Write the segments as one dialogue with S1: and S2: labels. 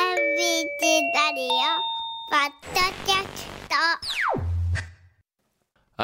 S1: チラリオポッドキャス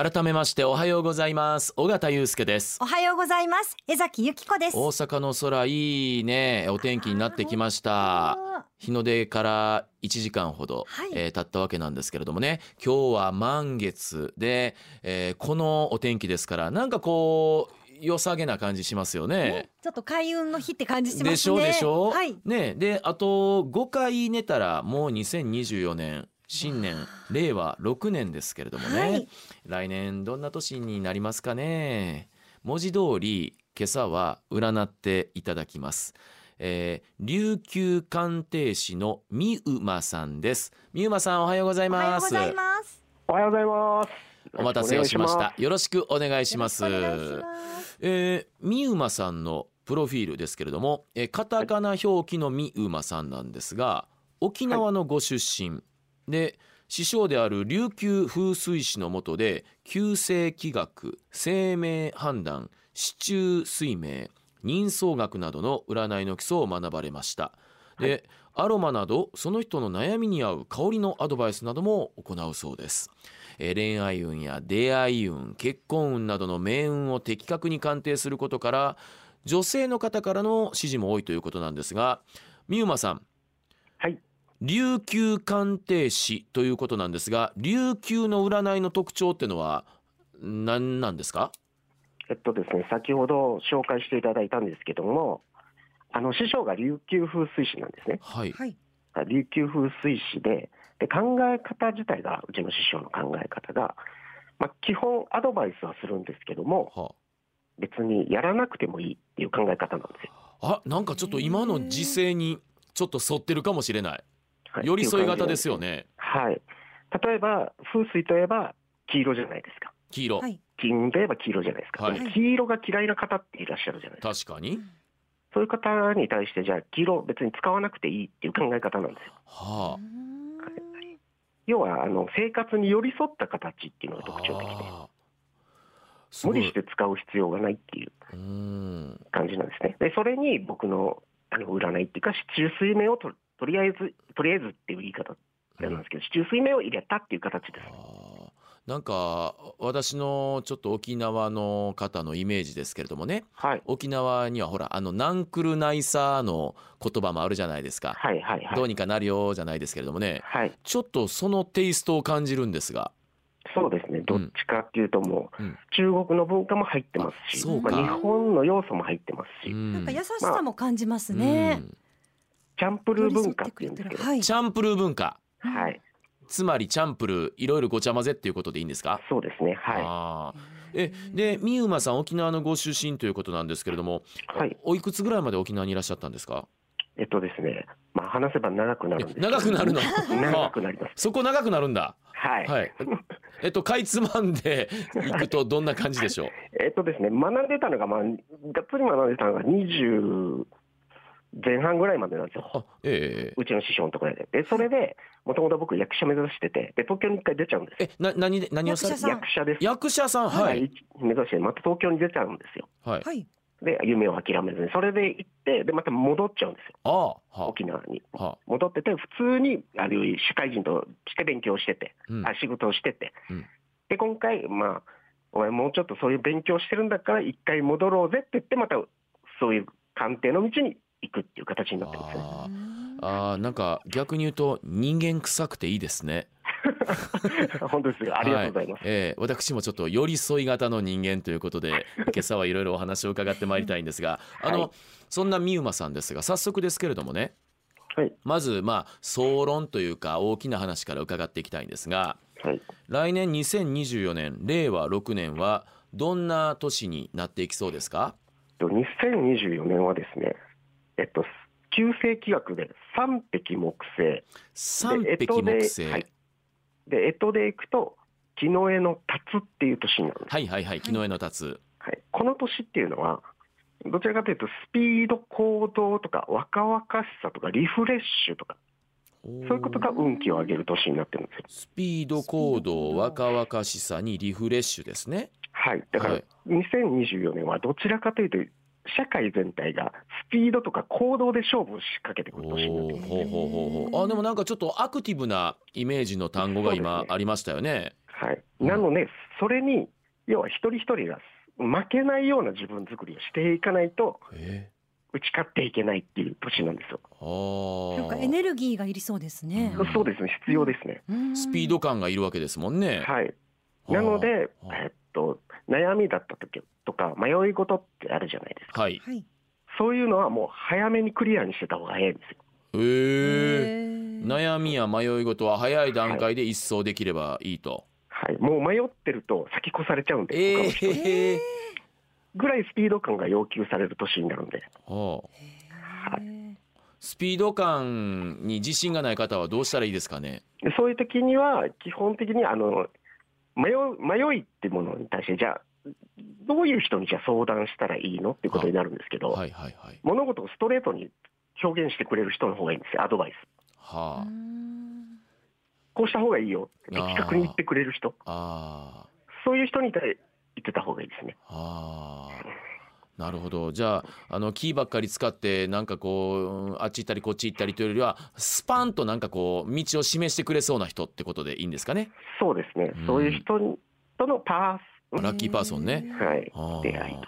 S1: ト
S2: 改めましておはようございます尾形祐介です
S3: おはようございます江崎由紀子です
S2: 大阪の空いいねお天気になってきました
S3: あ
S2: 日の出から1時間ほど、
S3: はい
S2: えー経ったわけなんですけれどもね今日は満月で、えーこのお天気ですからなんかこう良さげな感じしますよ
S3: ー
S2: ね
S3: ね。ちょっと開運の日って感じしますね
S2: でしょうでしょう、
S3: はい
S2: ねであと5回寝たらもう2024年新年令和6年ですけれどもね、
S3: はい
S2: 来年どんな年になりますかね文字通り今朝は占っていただきます、えー琉球鑑定士の三馬さんです三馬さんおはようござい
S3: おはよう
S2: ま
S3: ご
S2: す
S3: ざいます
S4: おはようございます。
S2: お待たせをしましたよろしくお願いし
S3: よろ
S2: ま
S3: し
S2: す
S3: くお願いします
S2: えー、みうまさんのプロフィールですけれども、えーカタカナ表記のみうまさんなんですが沖縄のご出身、で師匠である琉球風水師の下で旧世紀学生命判断市中水明人相学などの占いの基礎を学ばれました。で、アロマなどその人の悩みに合う香りのアドバイスなども行うそうです。えー恋愛運や出会い運結婚運などの命運を的確に鑑定することから女性の方からの支持も多いということなんですが三馬さん
S4: はい
S2: 琉球鑑定士ということなんですが琉球の占いの特徴ってのは何なんですか
S4: えっとですね、先ほど紹介していただいたんですけども、あの師匠が琉球風水師なんですね。
S2: はい、
S3: はい
S4: 琉球風水師で、で考え方自体がうちの師匠の考え方が、まあ、基本アドバイスはするんですけども、
S2: は
S4: 別にやらなくてもいいっていう考え方なんですよ。
S2: あなんかちょっと今の時勢にちょっと沿ってるかもしれない
S4: はい
S2: 寄り添い型ですよ。ね
S4: はい。例えば風水といえば黄色じゃないですか。
S2: 黄色、
S3: はい
S4: 金運といえば黄色じゃないですか。
S2: はい
S4: でも黄色が嫌いな方っていらっしゃるじゃないですか。
S2: 確かに
S4: そういう方に対して、じゃあ、黄色、別に使わなくていいっていう考え方なんですよ。
S2: は
S3: うん
S4: 要は、あの生活に寄り添った形っていうの
S2: あ
S4: が特徴的で、
S2: あーす
S4: 無
S2: ごい
S4: 理して使う必要がないっていう
S2: うーん
S4: 感じなんですね。で、それに僕のあの占いっていうか、市中水面をととりあえず、とりあえずっていう言い方なんですけど、市中水面を入れたっていう形です。
S2: あーなんか私のちょっと沖縄の方のイメージですけれどもね
S4: はい。
S2: 沖縄にはほらあのナンクルナイサーの言葉もあるじゃないですか、
S4: はいはい
S2: ど
S4: は
S2: う
S4: い。
S2: にかなるよじゃないですけれどもね
S4: はい。
S2: ちょっとそのテイストを感じるんですが
S4: そうですね。どっちかっていうと、もう、
S2: うん
S4: 中国の文化も入ってます
S2: あ
S4: し、
S2: そう
S4: ま
S2: か
S4: あ、日本の要素も入ってますし、
S2: な
S3: なんか優しさも感じますね、
S4: チャンプルー文化っていうんですけど、
S3: はい
S2: チャンプルー文化
S4: はい。
S2: つまりチャンプルーいろいろごちゃ混ぜっていうことでいいんですか
S4: そうですね。はい。
S2: あーえで三馬さん沖縄のご出身ということなんですけれども、
S4: はい、
S2: おいくつぐらいまで沖縄にいらっしゃったんですか
S4: えっとですね、まあ、話せば長くなるんですけど
S2: 長くなるの
S4: 長くなります。
S2: そこ長くなるんだ
S4: はい、
S2: はい。え っと、かいつまんでいくとどんな感じでしょう。
S4: えっとですね、学んでたのが、まあ、がっつり学んでたのが20前半ぐらいまでなんですよ。
S2: あ、え
S4: うちの師匠のところで。で、それで、もともと僕役者目指してて、で、東京に一回出ちゃうんで
S2: ええ、な、何で、何をされ
S3: 役
S4: す。
S3: 者さん
S4: 役者です。
S2: 役者さん、はい。、
S4: 目指して、また東京に出ちゃうんですよ。
S2: はい。
S3: はい
S4: で、夢を諦めずに。それで行って、で、また戻っちゃうんですよ。
S2: ああ、はあ、
S4: 沖縄に。
S2: はあ、
S4: 戻ってて、普通に、あの、社会人として勉強してて。
S2: うん。
S4: あ仕事をしてて、
S2: うん
S4: で今回、まあ、お前、もうちょっとそういう勉強してるんだから、一回戻ろうぜって言って、またそういう鑑定の道に行くっていう形になってますね。
S2: あ
S3: うん
S2: ーあー、なんか逆に言うと人間臭くていいですね。
S4: 本当ですよ、ありがとうございます。
S2: ええ私もちょっと寄り添い型の人間ということで、今朝はいろいろお話を伺ってまいりたいんですが、あの、
S4: はい
S2: そんな三馬さんですが、早速ですけれどもね、
S4: はい
S2: まずまあ総論というか大きな話から伺っていきたいんですが、
S4: はい
S2: 来年2024年令和6年はどんな年になっていきそうですか
S4: と2024年はですね、えっと、旧世紀学で3匹木星、
S2: 三
S4: で
S2: 匹
S4: 干支で
S2: 木星、
S4: は
S2: はい
S4: い、で、干支で行くと、木の絵の立つっていう年になるんです、
S2: はいはい木の絵の立
S4: はい、この年っていうのは、どちらかというと、スピード、行動とか、若々しさとか、リフレッシュとか、
S2: つそう
S4: そういうことが運気を上げる年になってるんですよ。
S2: スピード行動若々しさにリフレッシュですね
S4: はい。だか
S2: は
S4: ら
S2: い、
S4: 2024年はどちらかというと、社会全体がスピードとか行動で勝負を仕掛けてくる年になって
S2: お
S4: ま
S2: お
S4: す
S2: ほうほうほうほうあでもなんかちょっとアクティブなイメージの単語が
S4: そう
S2: 今
S4: ですね
S2: ありましたよね。
S4: はい、
S2: うん
S4: なので、それに要は一人一人が負けないような自分作りをしていかないと
S2: え
S4: 打ち勝っていけないっていう年なんですよ。
S2: あー
S3: なんかエネルギーがいりそうですね。
S2: うん
S4: そうですね、必要ですね。
S3: うん
S2: スピード感がいるわけですもんね。
S4: はい、なので
S2: あ、ー
S4: えっと、悩みだった時とか迷い事ってあるじゃないですか。
S2: はい。
S3: はい。
S4: そういうのはもう早めにクリアにしてた方が早いんですよ。
S2: へえ。
S3: へー
S2: 悩みや迷い事は早い段階で一掃できればいいと。
S4: はい、もう迷ってると先越されちゃうんで、
S2: え
S4: 他の人
S2: え。
S4: ぐらいスピード感が要求される年になるんで、
S2: はあ。
S4: は
S2: スピード感に自信がない方はどうしたらいいですかね。
S4: でそういう時には基本的にあの迷う迷いってものに対してじゃあどういう人にじゃあ相談したらいいのっていうことになるんですけど、
S2: はいはいはい。
S4: 物事をストレートに表現してくれる人の方がいいんですよアドバイス
S2: は
S3: うん
S4: こうした方がいいよって的確に言ってくれる人
S2: あ。ああ。
S4: そういう人に対して言ってた方がいいですね
S2: ああなるほどじゃああのキーばっかり使ってなんかこううんあっち行ったりこっち行ったりというよりはスパンとなんかこう道を示してくれそうな人ってことでいいんですかね
S4: そうですね、
S2: うん
S4: そういう人とのパー
S2: ラッキーパーソンね。
S4: スはい
S2: あー
S4: 出会いとして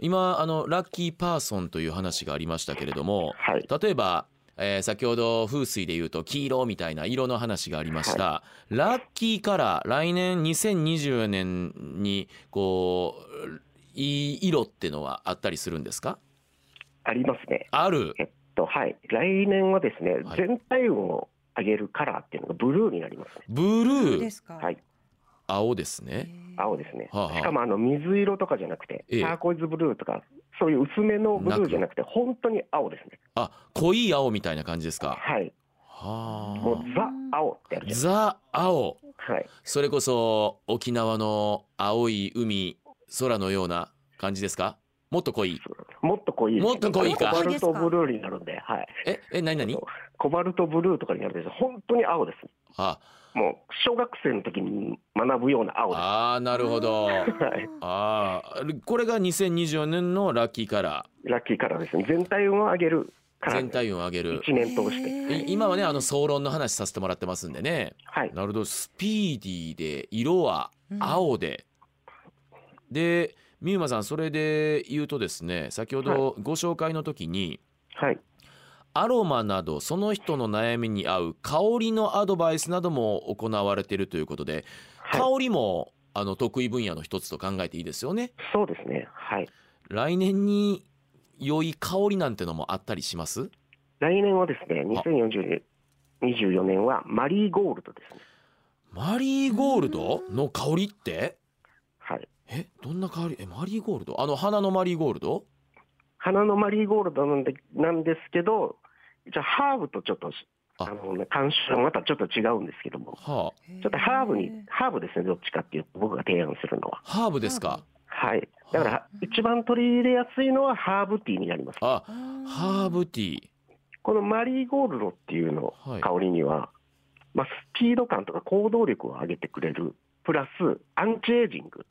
S2: 今あのラッキーパーソンという話がありましたけれども
S4: はい
S2: 例えば、えー先ほど風水で言うと黄色みたいな色の話がありました、ラッキーカラー来年2020年にこういい色ってのはあったりするんですか
S4: ありますね
S2: ある
S4: えっとはい来年はですね、
S2: はい
S4: 全体運を上げるカラーっていうのがブルーになりますね
S2: ブル
S3: そう
S2: ー
S3: ですか。
S4: はい
S2: 青ですね。
S4: 青ですね、
S2: はあはあ
S4: しかもあの水色とかじゃなくて、
S2: ええ
S4: ターコイズブルーとか、そういう薄めのブルーじゃなくて、本当に青ですね、
S2: あ、濃い青みたいな感じですか。
S4: はい、もう
S2: は
S4: ザ・青って
S2: あ。
S4: あるじゃん、
S2: ザ青。
S4: はい、
S2: それこそ沖縄の青い海、空のような感じですか。もっと濃い。
S4: もっと濃いです、
S2: もっと濃いか
S4: コバルトブルーになるんで、はい、
S2: え、え、なになに
S4: そう。コバルトブルーとかになるんです本当に青です、
S2: あ、
S4: もう小学生の時に学ぶような青で
S2: あー、なるほど。
S4: はい
S2: あー、これが2024年のラッキーカラ
S4: す、ラッキーカラーですね、全体運を上げるカ
S2: ー。
S4: ラ
S2: 全
S4: ーで
S2: 体運を上げる
S4: す、。一年通して、
S2: い今はね、あの総論の話させてもらってますんでね。
S4: はい、
S2: なるほどスピーディーで色は青で、で美馬さんそれで言うとですね先ほどご紹介の時に、
S4: はい、
S2: アロマなどその人の悩みに合う香りのアドバイスなども行われているということで、
S4: は
S2: 香
S4: い
S2: りもあの得意分野の一つと考えていいですよね
S4: そうですね、はい、
S2: 来年に良い香りなんてのもあったりします
S4: 来年はですね、2040 24年はマリーゴールドですね。
S2: マリーゴールドの香りって
S4: はい、
S2: えどんな香りえマリーゴールドあの花のマリーゴールド
S4: 花のマリーゴールドなんでなんですけど、じゃあハーブとちょっとし
S2: あ
S4: あの、ね、監修はまたちょっと違うんですけども、
S2: はあ
S3: ち
S4: ちょっとハーブにハーブですね、どっちかっていうと僕が提案するのは、
S2: ハーブですか。
S4: はい、だか
S2: は
S4: ら一番取り入れやすいのはハーブティーになります。
S2: あ、ハ
S3: ハ
S2: ーブティー。
S4: このマリーゴールドっていうの
S2: はい
S4: 香りには、まあ、スピード感とか行動力を上げてくれる。プラスアンチエイジング、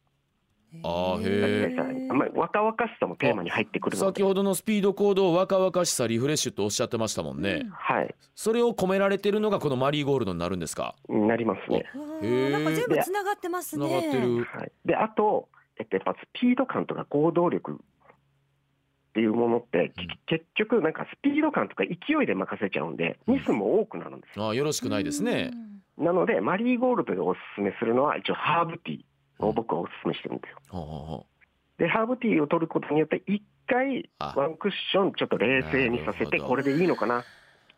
S2: あーへ
S4: さんまあ若々しさもテーマに入ってくるの
S2: 先
S4: で、
S2: ほどのスピード行動若々しさリフレッシュとおっしゃってましたもんね。
S4: はい、
S2: それを込められてるのがこのマリーゴールドになるんですか。
S4: なりますね。
S2: へー
S3: なんか全部つながってます
S2: つ
S3: ね。
S2: ながってる。
S4: はい、であと、えっと、やっぱスピード感とか行動力っていうものって、き
S2: うん
S4: 結局、なんかスピード感とか勢いで任せちゃうんで、
S2: うん
S4: ミスも多くなるんですよ。
S2: あ、よろしくないですね。
S4: なので、マリーゴールドでおすすめするのは、一応、ハーブティー
S2: う
S4: を
S2: ん
S4: 僕はおすすめしてるんですよ。
S2: ほうほうほ
S4: で、ハーブティーを取ることによって、一回、
S2: あ
S4: ワンクッション、ちょっと冷静にさせ
S2: なる
S4: て、
S2: ほど
S4: これでいいのかな、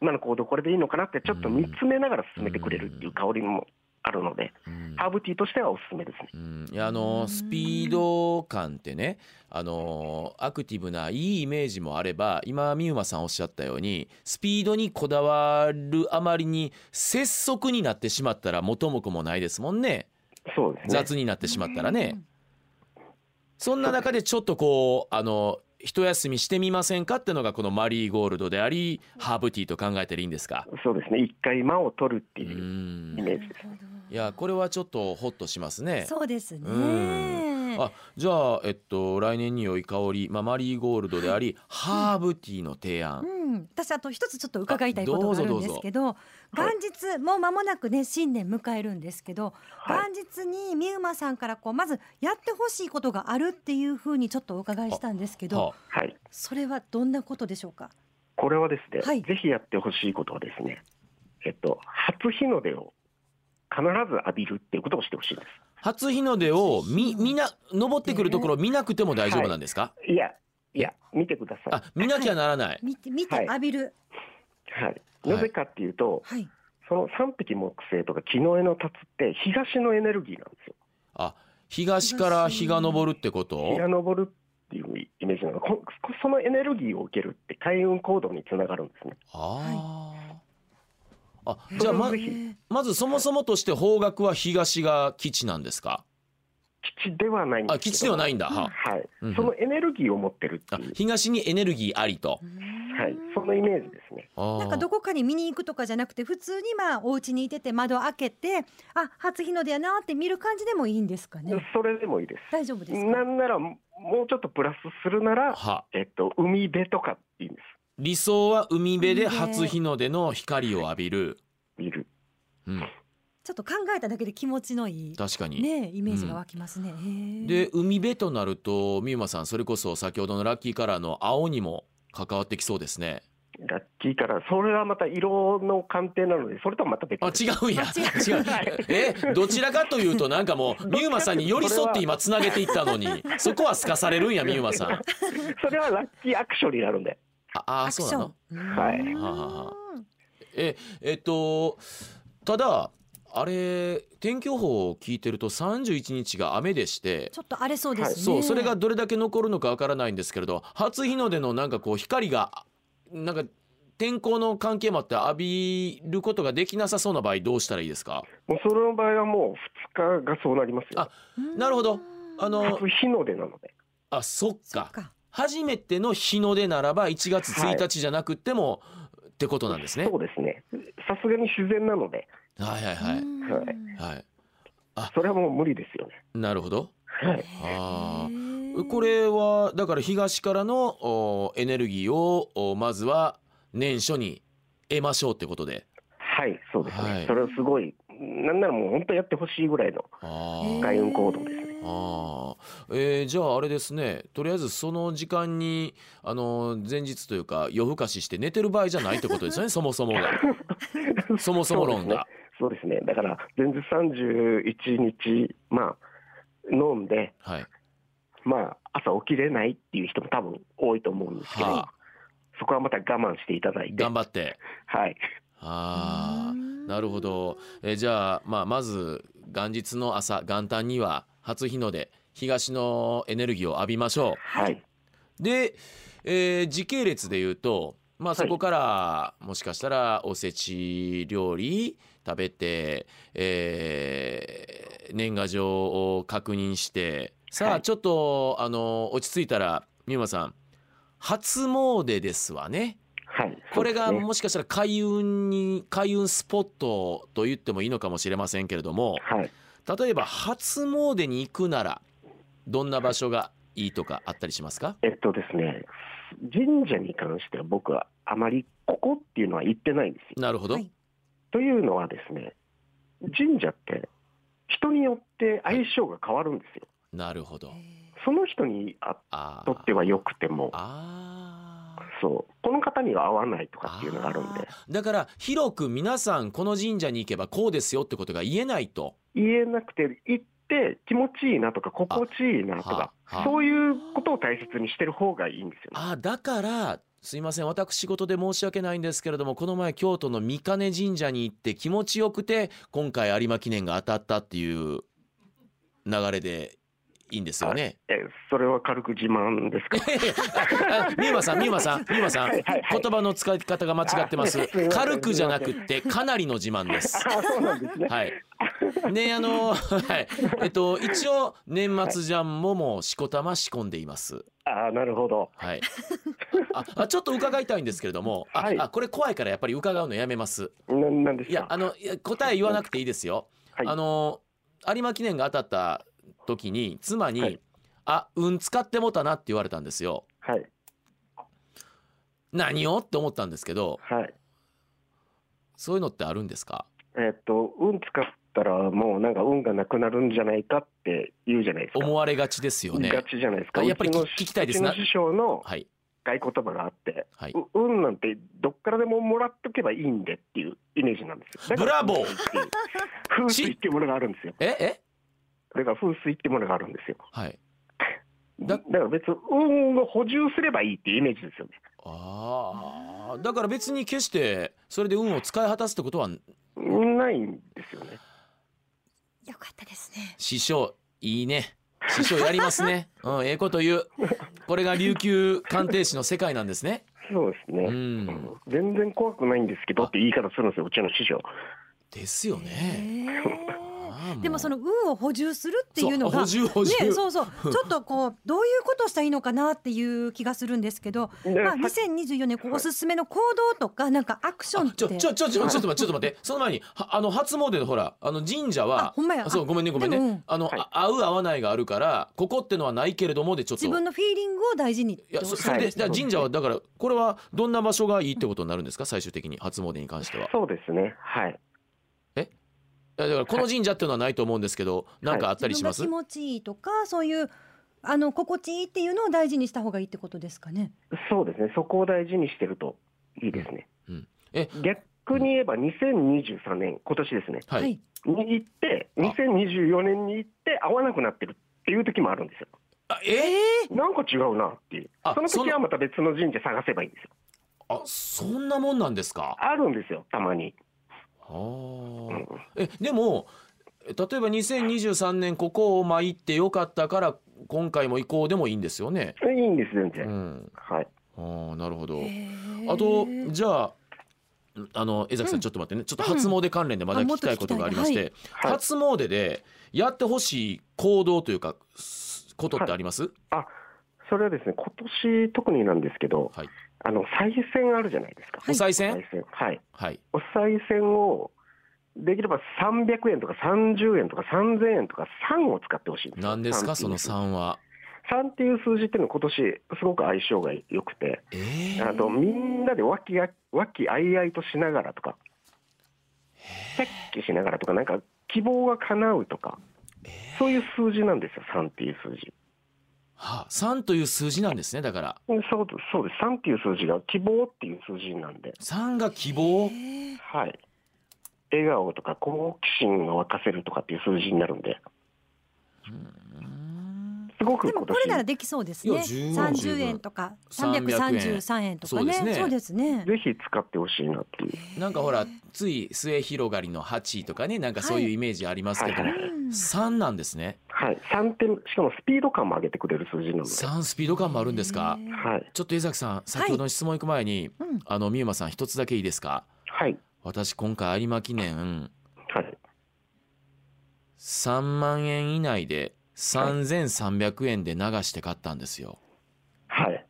S4: 今の行動、これでいいのかなって、ちょっと見つめながら進めてくれるっていう香りもあるので、
S2: ううん
S4: ハーブティーとしてはおすすめですね。
S2: うん、いやあのスピード感ってねあのアクティブないいイメージもあれば今美馬さんおっしゃったようにスピードにこだわるあまりに拙速になってしまったら元も子もないですもんね
S4: そうですね。
S2: 雑になってしまったらね。そんな中でちょっとこうあの一休みしてみませんかってのがこのマリーゴールドでありハーブティーと考えていいんですか
S4: そうですね、一回間を取るって
S2: う
S4: いう、
S2: ん
S4: イメージです
S3: なるほど
S2: いやこれはちょっとホッとしますね
S3: そうですね。
S2: う
S3: ね。
S2: あじゃあ、えっと、来年に良い香り、まあ、マリーゴールドであり、ハーブティーの提案、
S3: うん、私あと一つちょっと伺いたいことがあるんですけど
S4: どうぞ
S3: 元日もう間もなくね新年迎えるんですけど、
S4: はい
S3: 元日に美馬さんからこうまずやってほしいことがあるっていうふうにちょっとお伺いしたんですけど
S2: はあ
S4: はい、
S3: それはどんなことでしょうか
S4: これはですね、
S3: はい
S4: ぜひやってほしいことはですね、えっと、初日の出を必ず浴びるっていうことをしてほしいで
S2: 初日の出をみ
S3: 初日の出
S2: みな登ってくるところを見なくても大丈夫なんですか、
S4: す。いや、いや、見てくださ
S2: あ見なきゃならない、
S3: 見て見て
S4: はい
S3: 浴びる、
S4: い。はい。なぜかっていうと、
S3: はい
S4: その三匹木星とか木の絵の立つって東のエネルギーなんですよ。
S2: あ東から日が昇るってこと
S4: 日が昇るっていうイメージなのこそのエネルギーを受けるって開運行動につながるんですね。
S2: あー、あじゃあま
S4: ぜひ
S2: まずそもそもとして方角は東が基地なんですか
S4: 基地ではないんです
S2: あ
S4: けど。
S2: 基地ではないんだ、は
S4: はい、
S2: うんうん
S4: そのエネルギーを持ってるっ
S2: あ
S4: ていう、
S2: 東にエネルギーありと
S4: はい、そのイメージですね。
S2: あ
S3: なんかど
S2: ー
S3: こかに見に行くとかじゃなくて普通にまあお家にいてて窓開けてあ初日の出やなって見る感じでもいいんですかね
S4: それでもいいです。
S3: 大丈夫ですか
S4: なんならもうちょっとプラスするなら、
S2: は
S4: えっと、海辺とかっていいんです。
S2: 理想は海辺で
S3: 海辺
S2: 初日の出の光を浴びる、
S4: 見る。
S2: うん、
S3: ちょっと考えただけで気持ちのいい
S2: 確かに、
S3: ねイメージが湧きますね、へえ
S2: で海辺となると美馬さんそれこそ先ほどのラッキーカラーの青にも関わってきそうですね
S4: ラッキーから、それはまた色の鑑定なので、それとはまた別
S2: あ
S4: です。
S2: 違うんや違うえどちらかというとなんかもう美馬さんに寄り添って今つなげていった のにそこはすかされるんや美馬さんあ
S4: それはラッキーアクションになるんで。
S2: あー
S3: アクシ
S2: そうな
S3: ョ
S2: の
S3: ンう
S4: はい
S3: ん
S2: はあはあはええっとただあれ天気予報を聞いてると31日が雨でして
S3: ちょっと荒れそうですね、
S2: そうそれがどれだけ残るのかわからないんですけれど初日の出のなんかこう光がなんか天候の関係もあって浴びることができなさそうな場合どうしたらいいですか
S4: もうその場合はもう2日がそうなりますよ。
S3: うん
S2: なるほどあの
S4: 初日の出なので。
S2: あそっ
S3: そっ
S2: か
S3: か
S2: 初めての日の出ならば1月1日じゃなくっても、ってことなんですね
S4: そうですね。さすがに自然なので、
S2: はいはいはい、
S3: うん
S4: は
S2: は
S4: い
S2: い
S4: それはもう無理ですよね。
S2: なるほど
S4: はい。
S2: あ
S3: へえ
S2: これはだから東からのおエネルギーをおまずは年初に得ましょうってことで
S4: はい、そうですね。
S2: はい
S4: それはすごい、なんならもう本当やってほしいぐらいの
S2: あ
S3: へ
S2: ー
S3: え
S4: 開運行動ですね。
S2: ああ、えーじゃああれですねとりあえずその時間にあの前日というか夜更かしして寝てる場合じゃないってこと ですよねそもそもがそもそも論が
S4: そうですね。だから、前日31日、まあ、飲んで、
S2: はい
S4: まあ、朝起きれないっていう人も多分多いと思うんですけど、
S2: は
S4: そこはまた我慢していただいて、
S2: 頑張って
S4: はい。
S2: あ
S3: う
S2: あ
S3: ん
S2: なるほど、えーじゃあ、まあ、まず元日の朝元旦には初日の出東のエネルギーを浴びましょう
S4: はい。
S2: で、えー時系列で言うと、まあ、
S4: は
S2: そ
S4: い
S2: こから、もしかしたらおせち料理食べて、えー年賀状を確認してさあ、
S4: はい
S2: ちょっとあの落ち着いたら美馬さん初詣ですわね
S4: はい。
S2: これが
S4: そうですね
S2: もしかしたら開運に開運スポットと言ってもいいのかもしれませんけれども
S4: はい。
S2: 例えば初詣に行くならどんな場所がいいとかあったりしますか
S4: えっとですね、神社に関しては僕はあまりここっていうのは言ってないんですよ。
S2: なるほど、
S3: はい
S4: というのはですね、神社って人によって相性が変わるんですよ。
S2: なるほど。
S4: その人にあ
S2: あ
S4: とっては良くても、
S2: あー
S4: そう、この方には合わないと
S2: あ
S4: かっていうのがあるんで、
S2: ーだから広く皆さんこの神社に行けばこうですよってことが言えないと
S4: 言えなくて、行って気持ちいいなとか、心地いいなとか
S2: はあはあ、
S4: そういうことを大切にしてる方がいいんですよね。
S2: あーだからすいません私事で申し訳ないんですけれどもこの前京都の三金神社に行って気持ちよくて今回有馬記念が当たったっていう流れでいいんですよ ね。
S4: えそれは軽く自慢で すか
S2: あ美馬さん美馬さん美馬さん、
S4: はいはいはい
S2: 言葉の使い方が間違ってま
S4: あ
S2: す
S4: すいません
S2: 軽くじゃなくってかなりの自慢です。
S4: あそうなんですね。
S2: はい。ね、あの、はい、えっと、一応年末ジャンももうしこたま仕込んでいます。
S4: ああ、なるほど。
S2: はい。あ、あちょっと伺いたいんですけれども、あ、
S4: はい
S2: あこれ怖いからやっぱり伺うのやめます。
S4: ななんです
S2: いや、
S4: か
S2: あの、いや答え言わなくていいですよ。
S4: はい
S2: あの、有馬記念が当たった時に、妻に、
S4: はい
S2: あ運使ってもたなって言われたんですよ
S4: はい
S2: 何をって思ったんですけど
S4: はい
S2: そういうのってあるんですか
S4: えっと運使ったらもうなんか運がなくなるんじゃないかって言うじゃないですか
S2: 思われがちですよね
S4: ガチじゃないですか
S2: あやっぱり
S4: うちの
S2: 聞き聞きたいですな
S4: うちの師匠の
S2: はい
S4: 外言葉があって、
S2: はいう
S4: 運なんてどっからでももらっとけばいいんでっていうイメージなんですよ。だから
S2: ブラボー
S4: 風水っていう風水っていうものがあるんですよ。
S2: ええ
S4: だから風水っていうものがあるんですよ。
S2: はいだ
S4: だから別に運を補充すればいいっていうイメージですよね。
S2: ああだから別に決してそれで運を使い果たすってことは
S4: ないんですよね。
S3: よかったですね。
S2: 師匠いい ね師匠やりますねうんええこと言うこれが琉球鑑定士の世界なんですね
S4: そうですね。
S2: うん
S4: 全然怖くないんですけどって言い方するんですよ、うちの師匠。
S2: ですよね
S3: へー
S2: ああもう
S3: でもその運を補充するっていう
S2: そう
S3: のが
S2: 補充補充
S3: ね、そうそうちょっとこうどういうことをしたらいいのかなっていう気がするんですけど、
S4: ね
S3: まあ、
S4: さ
S3: 2024年こうおすすめの行動とかなんかアクションっ
S2: ちょち
S3: て
S2: ょちょちょちょっと待ってちょっと待ってその前にはあの初詣のほらあの神社は
S3: あほんまや
S2: そう
S3: あ
S2: ごめんねごめん
S3: でもうん
S2: ねあの、
S4: はい
S2: あ合う合わないがあるからここってのはないけれどもでちょっと
S3: 自分のフィーリングを大事にって
S2: いやそ
S3: こと
S2: それで、
S4: はい
S2: だから神社はだからこれはどんな場所がいいってことになるんですか最終的に初詣に関しては。い
S4: そうですね。はい。
S2: やだからこの神社っていうのはないと思うんですけどなんかあったりします、
S3: 自分が気持ちいいとかそういうあの心地いいっていうのを大事にした方がいいってことですかね。
S4: そうですね。そこを大事にしてるといいですね。
S2: うんえ
S4: 逆に言えば2023年、今年ですね。
S2: はい、
S4: に行って、
S2: あ
S4: 2024年に行って、会わなくなってるっていう時もあるんですよ。
S2: あえー
S4: なんか違うなっていう
S2: あ、
S4: その
S2: そ
S4: 時
S2: の
S4: はまた別の神社探せばいいんですよ。
S2: あそんなもんなんですか
S4: あるんですよ、たまに。
S2: あー
S4: うん
S2: えでもえ例えば2023年ここを参ってよかったから今回も行こうでもいいんですよね。
S4: いいんです、全
S2: う
S4: 然。
S2: ん、
S4: はい。
S2: あーなるほど、
S3: へー
S2: あとじゃああの江崎さん、
S3: うん
S2: ちょっと待ってねちょっと初詣関連でまだ
S3: あ
S2: 聞
S3: もっ
S2: き
S3: と
S2: たいことがありまして、
S4: はい
S2: 初詣でやってほしい行動というかすことってあります、
S4: それはですね、今年特になんですけど、
S2: はい
S4: あの、再選あるじゃないですか。
S2: お賽銭、はい
S4: 再選はい。お賽銭を、できれば300円とか30円とか3000円とか3を使ってほしいんですよ。
S2: 何ですか
S4: 3
S2: その3は
S4: 3っていう数字っていうのは今年すごく相性が良くて、
S2: えー
S4: あとみんなで和気あ和気あいあいとしながらとか、さっきしながらとか、なんか希望が叶うとか、そういう数字なんですよ、3っていう数字。
S2: はあ、3という数字なんですねだから
S4: うんそうそうです、3っていう数字が希望っていう数字なんで、
S2: 3が希望
S3: へー
S4: はい、笑顔とか好奇心を沸かせるとかっていう数字になるんで、すごく
S3: で
S4: 今
S3: も
S4: 年
S3: これならできそうです
S2: い
S3: ね。
S2: や十分
S3: 三
S2: 十
S3: 十
S2: 分
S3: 円とか三百三
S2: 300
S3: 十三円とか
S2: そうですね
S3: ね。そうですね。
S4: ぜひ使ってほしいなっていう。
S2: なんかほらつい末広がりの8とかねなんかそういう
S3: はい
S2: イメージありますけど、
S4: はい
S3: うん
S2: 3なんですね
S4: はい、3点、しかもスピード感も上げてくれる数字なので、
S2: 3スピード感もあるんですか
S3: へー
S4: はい、
S2: ちょっと江崎さん先ほどの質問行く前に、
S3: うん
S2: あの美馬さん一つだけいいですか
S4: はい、
S2: 私今回有馬記念
S4: はい、
S2: 3万円以内で3300円で流して買ったんですよ
S4: はい。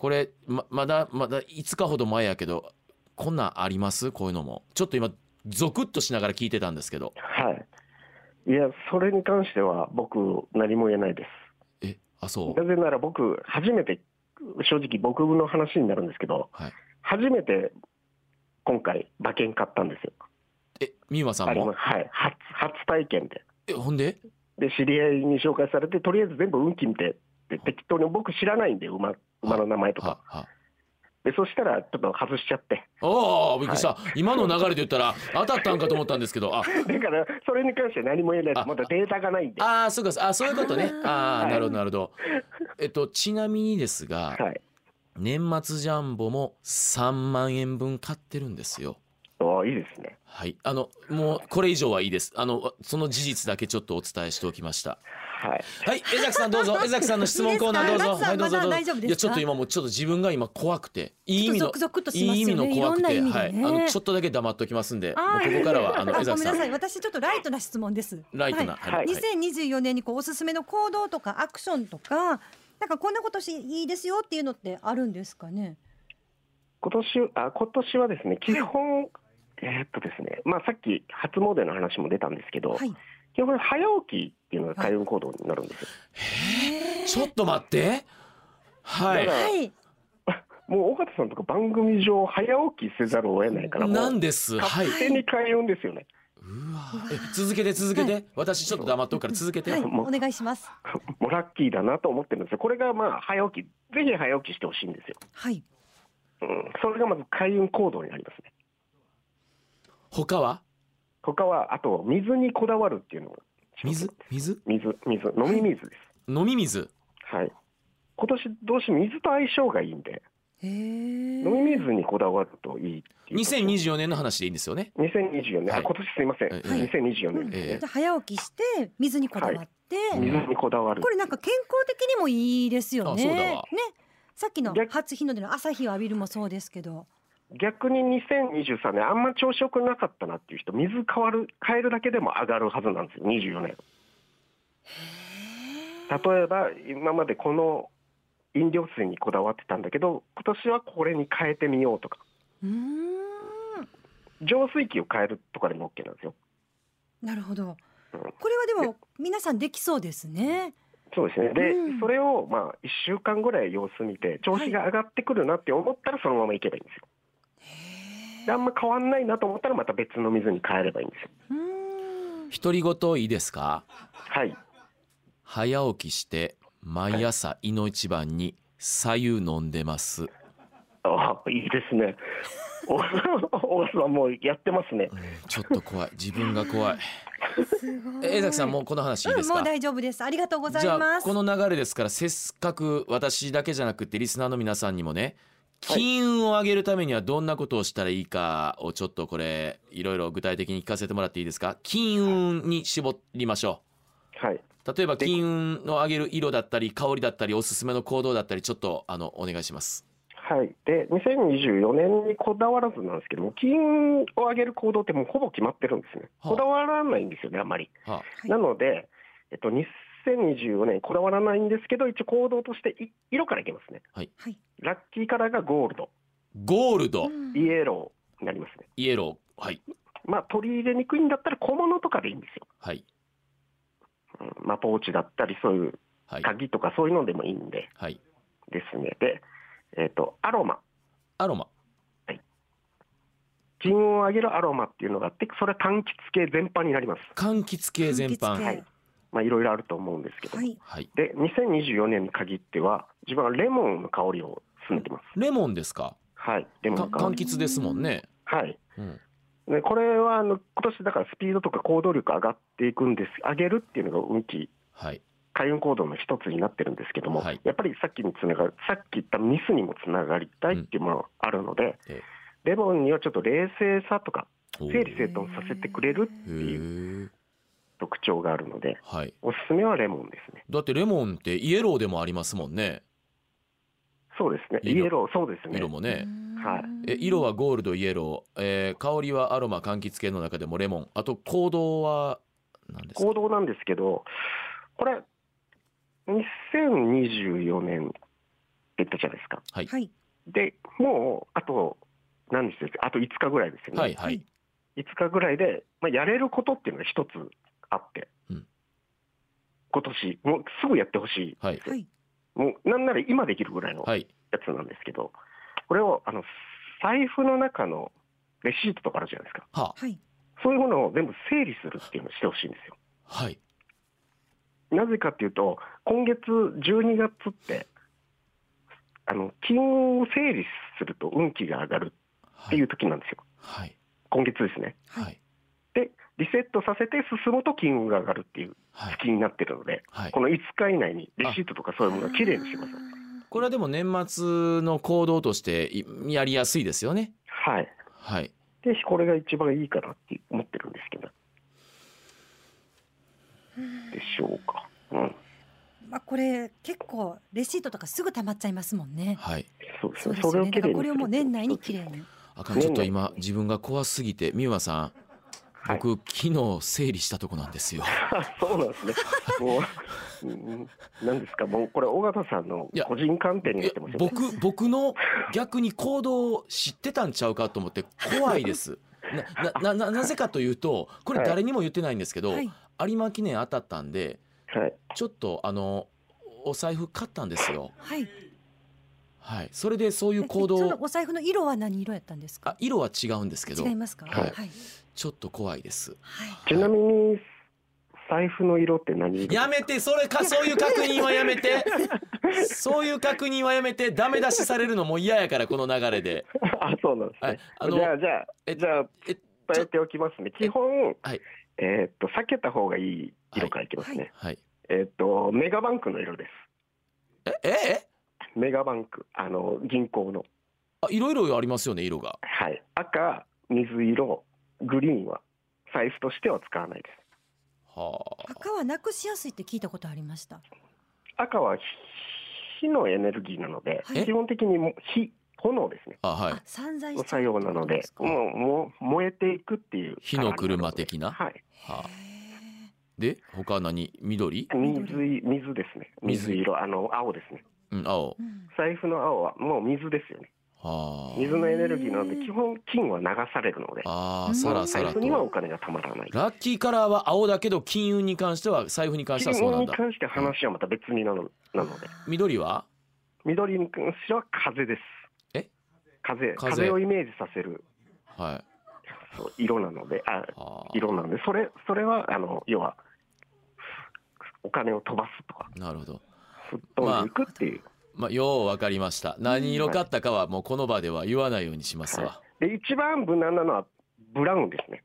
S2: これままだまだ5日ほど前やけどこんなんありますこういうのもちょっと今ゾクッとしながら聞いてたんですけど
S4: はい。いや、それに関しては僕、何も言えないで
S2: えあ
S4: す。
S2: そ
S4: な
S2: う
S4: ぜなら僕、初めて、正直僕の話になるんですけど、
S2: はい
S4: 初めて今回、馬券買ったんですよ。
S2: え美馬さん
S4: 有馬
S2: も
S4: はい。初、初体験で。
S2: えほんで
S4: で、知り合いに紹介されて、とりあえず全部運気見て、で適当に僕知らないんで、馬、馬の名前と
S2: は
S4: か。
S2: は
S4: で、そしたら、ちょっと外しちゃって。
S2: おおびっくりした、今の流れで言ったら当たったんかと思ったんですけどあ
S4: だから、それに関しては何も言えないです。まだデータがないんで。は
S2: あーそうかあそういうことねあ
S4: は
S2: あ
S4: い
S2: なるほどなるほどえっとちなみにですが、
S4: い。
S2: 年末ジャンボも3万円分買ってるんですよ
S4: おいいですね。
S2: はいあのもうこれ以上はいいですあのその事実だけちょっとお伝えしておきました
S4: はい。
S2: はい江崎さんどう ぞ江崎さんの質問コーナーどうぞ
S3: いいですか
S2: はいどうぞ
S3: ま
S2: ど
S3: だ
S2: うぞ
S3: 大丈夫ですか
S2: いやちょっと今もうちょっと自分が今怖くていい意味の
S3: ちょっとゾクゾクっとしますよ
S2: いい
S3: ね
S2: 意味の怖くて
S3: いろんな
S2: は
S3: 意味
S2: い
S3: でね
S2: あのちょっとだけ黙っておきますんでも
S3: あ
S2: う
S3: ー
S2: ここからはあの江
S3: ご
S2: 崎
S3: めん
S2: さ
S3: なさ
S2: ん
S3: い私ちょっとライトな質問です
S2: ライトな、
S3: はい
S2: はい
S4: はい
S3: 2024年にこうおすすめの行動とかアクションとかなんかこんなことしいいですよっていうのってあるんですかね
S4: 今年あ今年はですね、基本、えーっとですね、まあ、さっき初詣の話も出たんですけど、
S3: はい
S4: 基本、早起きっていうのが開運行動になるんですよ。
S2: ちょっと待って。は
S4: だ
S2: い。
S3: はい。
S4: もう尾形さんとか番組上早起きせざるを得ないからもう
S2: なんです。はい。
S4: 勝手に開運ですよね、
S2: うわえ続けて続けて。私ちょっと黙っとくから続けて
S3: はい、。
S4: も
S3: お
S4: う
S3: 願いします。
S4: もうラッキーだなと思ってるんですよこれがまあ早起きぜひ早起きしてほしいんですよ、
S3: はい。
S4: うん、それがまず開運行動になりますね
S2: 他は
S4: 他はあと水にこだわるっていうのが
S2: 水水
S4: 水水飲み水です
S2: 飲み水。
S4: はい今年どうしても水と相性がいいんで
S3: へえ
S4: 飲み水にこだわるといいっていう
S2: 2024年の話でいいんですよね。
S4: 2024年、
S2: は
S4: あ
S2: い
S4: 今年すいません、
S2: はい
S4: 2024
S3: うん
S4: 年ですね、
S2: ええ
S3: じゃあ早起きして水にこだわって、
S2: い
S4: 水にこだわる
S3: これなんか健康的にもいいですよね。
S2: あそうだわ
S3: ね。さっきの
S4: 逆
S3: 初日の出の朝日を浴びるもそうですけど、
S4: 逆に2023年あんま調子よくなかったなっていう人水変わる変えるだけでも上がるはずなんですよ24年例えば今までこの飲料水にこだわってたんだけど今年はこれに変えてみようとか
S3: うーん、
S4: 浄水器を変えるとかでも OK なんですよ
S3: なるほど。
S4: うん
S3: これはでも皆さんできそうですね。
S4: そうですねで、
S3: うん
S4: それをまあ1週間ぐらい様子見て調子が上がってくるなって思ったらそのままいけばいいんですよ、であんま変わんないなと思ったらまた別の水に変えればいいんですよ
S3: うーん。
S2: 独り言いいですか
S4: はい
S2: 早起きして毎朝胃の一番に左右飲んでます。
S4: あいいですね。お大須さんもうやってますね。
S2: ちょっと怖い自分が怖い。
S3: すごい。
S2: え江崎さんもうこの話いいです
S3: うん、も
S2: か
S3: う。大丈夫です。ありがとうござい
S2: じゃ
S3: ま
S2: あ
S3: す。
S2: この流れですからせっかく私だけじゃなくてリスナーの皆さんにもね
S4: はい
S2: 金運を上げるためにはどんなことをしたらいいかをちょっとこれいろいろ具体的に聞かせてもらっていいですか金運に絞りましょ
S4: はい。
S2: う例えば金運を上げる色だったり香りだったりおすすめの行動だったりちょっとあのお願いします
S4: はい。で、2024年にこだわらずなんですけども、金を上げる行動ってもうほぼ決まってるんですね。
S2: はあ
S4: こだわらないんですよね、あまり。
S2: は
S3: はい
S4: なので、えっと、2024年こだわらないんですけど、一応行動としてい色からいきますね。
S3: はい。
S4: ラッキーカラーがゴールド、
S2: ゴールド
S3: うん
S4: イエローになりますね。
S2: イエローはい
S4: まあ、取り入れにくいんだったら小物とかでいいんですよ。
S2: はい
S4: うんまあ、ポーチだったり、そういう
S2: はい
S4: 鍵とかそういうのでもいいんで、
S2: はい
S4: ですね。で、えっと、アロマ。
S2: アロマ
S4: 金運を上げるアロマっていうのがあって、それは柑橘系全般になります。
S2: 柑橘系全
S3: 柑橘
S2: 般
S3: 系
S4: はいまあ、いろいろあると思うんですけど。
S3: はい。
S2: はい
S4: で、2024年に限っては、自分はレモンの香りを進めてます。
S2: レモンですか
S4: はい、レモン
S2: か
S4: の香
S2: 柑
S4: り。
S2: 橘ですもんね
S4: はい。
S2: うん
S4: で、これは、あの、今年だからスピードとか行動力上がっていくんです。上げるっていうのが運気。
S2: はい
S4: 開運行動の一つになってるんですけども、
S2: はい
S4: やっぱりさっきにつながる、さっき言ったミスにもつながりたいっていうものがあるので、
S2: え
S4: レモンにはちょっと冷静さとか、
S2: おー
S4: 整理整頓させてくれるっていう
S2: へえ
S4: 特徴があるので、
S2: はい
S4: おすすめはレモンですね。
S2: だってレモンってイエローでもありますもんね
S4: そうですね。イ
S2: 色
S4: エロー、そうですね
S2: 色。もね
S4: はい
S2: え色はゴールドイエロー、えー香りはアロマ柑橘系の中でもレモンあと行動は何ですか
S4: 行動なんですけど、これ、2024年って言ったじゃないですか。
S3: はい。
S4: で、もう、あと、何日ですかあと5日ぐらいですよね。
S2: はいはい
S4: 5日ぐらいで、まあ、やれることっていうのが一つあって、
S2: うん
S4: 今年、もうすぐやってほし
S2: はい
S3: はい。
S4: い。もう、なんなら今できるぐらいの
S2: はい
S4: やつなんですけど、これを、あの、財布の中のレシートとかあるじゃないですか。
S2: は
S3: はい。
S4: そういうものを全部整理するっていうのをしてほしいんですよ。
S2: はい
S4: なぜかっていうと、今月12月って、あの金運を整理すると運気が上がるっ
S2: は
S4: てい
S2: いう
S4: 時なんですよ、
S2: はい
S4: 今月ですね。
S2: はい
S4: で、リセットさせて進むと金運が上がるっていう
S2: はい
S4: 月になってるので、
S2: はい
S4: この5日以内にレシートとかそういうものをきれいにしてください。
S2: これはでも年末の行動としていやりやすいですよね
S4: はい。
S2: はい
S4: で、これが一番いいかなって思ってるんですけど。でしょうか。うん。
S3: まあこれ結構レシートとかすぐ溜まっちゃいますもんね。
S2: はい
S4: そうです
S3: そう
S4: ね。
S3: で
S4: そ
S3: す
S4: れ
S3: よ
S4: を
S3: ね。
S4: き
S3: だから
S4: れいに
S3: これをもう年内にきれい
S4: い。
S3: に。
S2: あかんちょっと今自分が怖すぎて美馬さん
S4: はい
S2: 僕昨日整理したとこなんですよ
S4: あ そうなんですね。もう、うん、なんですか、もうこれ、尾形さんの
S2: いや
S4: 個人観点
S2: い
S4: になっ
S2: や
S4: てますよね。
S2: 僕僕の逆に行動を知ってたんちゃうかと思って怖いです。ななななぜかというとこれ誰にも言ってないんですけど、
S3: はい。
S2: 有馬記念当たったんで
S4: はい、
S2: ちょっとあのお財布買ったんですよ。
S3: はい。
S2: はい、それでそういう行
S3: えその
S2: 動
S3: お財布の色は何色やったんです
S2: あ
S3: か。
S2: 色は違うんですけど
S3: 違いますか。
S2: はい
S3: はい。
S2: ちょっと怖いです。
S3: はい
S4: ちなみに財布の色って何色
S2: やめてそれかそういう確認はやめてそういう確認はやめてダメ出しされるのも嫌やからこの流れで。
S4: あそうなんです
S2: は
S4: ね
S2: い、あの
S4: じゃあじゃあ
S2: え
S4: じゃあ
S2: え
S4: 伝えておきますね基本
S2: はい
S4: えーっと避けた方がいい色からいきますね、
S3: は
S2: は
S3: い
S2: い。
S4: えーっとメガバンクの色です
S2: ええ
S4: メガバンクあの銀行の
S2: あいろいろありますよね色が。
S4: はい赤水色グリーンは財布としては使わないです
S2: はあ。
S3: 赤はなくしやすいって聞いたことありました。
S4: 赤は火のエネルギーなので、
S3: はい
S4: 基本的にもう火炎ですね
S2: あはい
S3: あ、。散財し
S4: の
S3: ちゃうっ
S4: 作
S3: て
S4: 用
S3: こ
S4: な
S3: と
S4: ので
S3: ですか
S4: もうもう燃えていくっていう
S2: 火の車的な
S4: はい
S2: はあ、
S3: へ
S2: で他何緑、
S4: 水い水ですね水色あの青ですね
S2: うん、青
S3: ー。うん
S4: 財布の青はもう水ですよね
S2: は
S4: 水のエネルギーなの
S3: へ
S4: で
S3: ー
S4: 基本金は流されるので
S2: ああ
S3: う
S2: ー
S3: ん
S2: さらさ
S4: 財
S2: ら
S4: 布
S2: と
S4: にはお金がたまらない
S2: ラッキーカラーは青だけど金運に関しては財布に関して
S4: 金
S2: はそうな
S4: 運
S2: ん
S4: に
S2: だ
S4: 関しては話はまた別になのなので
S2: 緑は
S4: 緑に関しては風です
S2: え
S4: 風
S2: 風
S4: 風をイメージさせる
S2: はい
S4: そう色なのであ
S2: あー
S4: 色なんでそれそれはあの要はお金を飛ばすとか
S2: なるほど
S4: 吹っ飛んでいくっていう、
S2: まあようわかりました何色かったかはもうこの場では言わないようにしますわ
S4: で一番無難なのはブラウンですね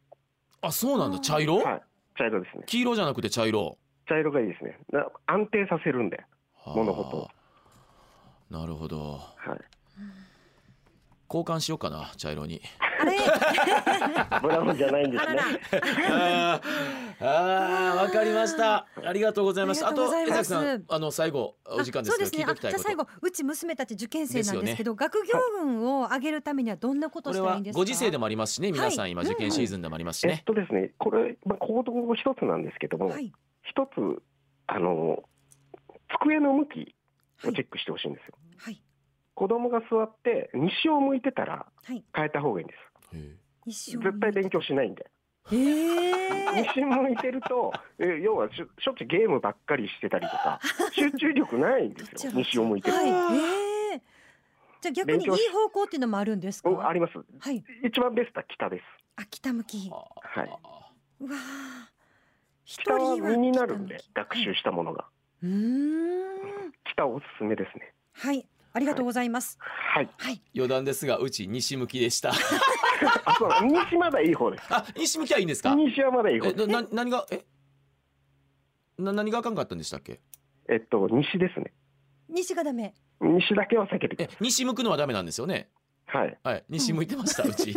S2: あそうなんだ茶色、
S4: はい茶色ですね
S2: 黄色じゃなくて茶色
S4: 茶色がいいですねな安定させるんで物事を
S2: はあなるほど
S4: はい
S2: 交換しようかな茶色に
S3: あれ、
S4: ブラウンじゃないんで す
S3: あら
S4: ね
S3: ら。
S2: あーあーわかりましたありがとうございます
S3: あ
S2: あ
S3: りが
S2: と
S3: とうござい
S2: 江
S3: ま
S2: 崎
S3: す
S2: さんあの最後お時間ですけど
S3: そうです
S2: 聞い
S3: ね。あ
S2: ておき
S3: じ
S2: た
S3: ゃ
S2: い
S3: あ
S2: こと
S3: 最後、うち娘たち受験生なんですけど、学業運を上げるためにはどんなこ
S2: こ
S3: とをし
S2: れ
S3: たらいい
S2: は
S3: んですか。
S2: ご時世でもありますしね皆さ
S3: は
S2: ん
S3: い
S2: 今受験シーズンでもありますし
S4: えっ
S2: ね、
S4: とですね、これ、まあ、行動の一つなんですけども、
S3: はい。
S4: 一つ、あの、机の向きをチェックしてほしいんですよ。
S3: はい。
S4: 子供が座って、西を向いてたら
S3: はい。
S4: 変えた方がいいんで
S2: へ
S3: 一
S4: す。
S3: 生
S4: 絶対勉強しないんで。
S3: ええ
S4: 西向いてると、え要はしょしょっちゅうゲームばっかりしてたりとか、集中力ないんですよ、
S3: どっち
S4: 西を向いてると。
S3: はい。ええじゃあ逆にい
S4: 勉強し
S3: い方向っていうのもあるんですか。
S4: うんあります。
S3: はい。
S4: 一番ベストは北です。
S3: あ、北向き。
S2: ー
S3: うわ
S4: はい。
S3: あ。一
S4: 北は身になるんで、学
S3: は
S4: 習
S3: い
S4: したものが。
S3: うーん。
S4: 北おすすめですね。
S3: はい。ありがとうございます。
S4: はい。
S3: はい。
S2: 余談ですがうち西向きでした
S4: あ、そうだ、西まだいい方です。
S2: あ西向きはいいんですか
S4: 西はまだいい方
S2: え
S4: です。
S2: なな何がえな何があかんかったんでしたっけ
S4: えっと、西ですね。
S3: 西がダメ。
S4: 西だけは避けてくだ
S2: え西向くのはダメなんですよね
S4: さい。はい。
S2: はい西向いてましたうち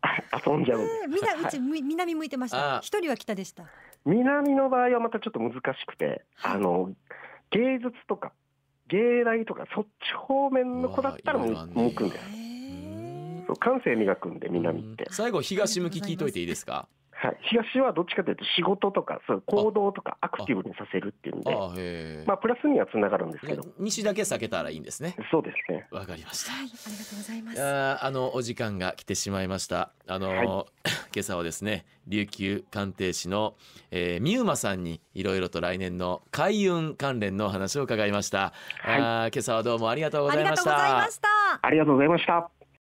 S4: あ遊んじゃうんで。
S3: みんなうちみ南向いてまし
S2: あ
S3: た
S2: ー。
S3: 一人は北でした。
S4: 南の場合はまたちょっと難しくて、あの、芸術とか、芸大とか、そっち方面の子だったらも
S2: う
S4: う
S2: わいろいろあんね
S4: 向くんで
S3: へ
S4: す。
S3: え
S4: そう感性磨くんで、南っ
S2: う
S4: て
S2: ん。最後東向き聞いといていいですか
S4: はい。東はどっちかというと仕事とか、そう行動とかアクティブにさせるっていうん
S2: あ
S4: で、
S2: ーへえ、
S4: まあ、プラスにはつながるんですけど、
S2: 西だけ避けたらいいんですね
S4: そうですね。
S2: わかりました
S3: はい、ありがとうございま
S2: い
S3: す。
S2: やーあのお時間が来てしまいましたあのー、
S4: はい
S2: 今朝はですね琉球鑑定士の、えー、三馬さんにいろいろと来年の開運関連のお話を伺いました、
S4: はい
S2: あー今朝はどうもありがとうご
S3: あ
S2: ざ
S3: り
S2: い
S3: が
S2: ま
S3: と
S2: し
S3: うござい
S2: た
S3: ました。
S4: ありがとうございました。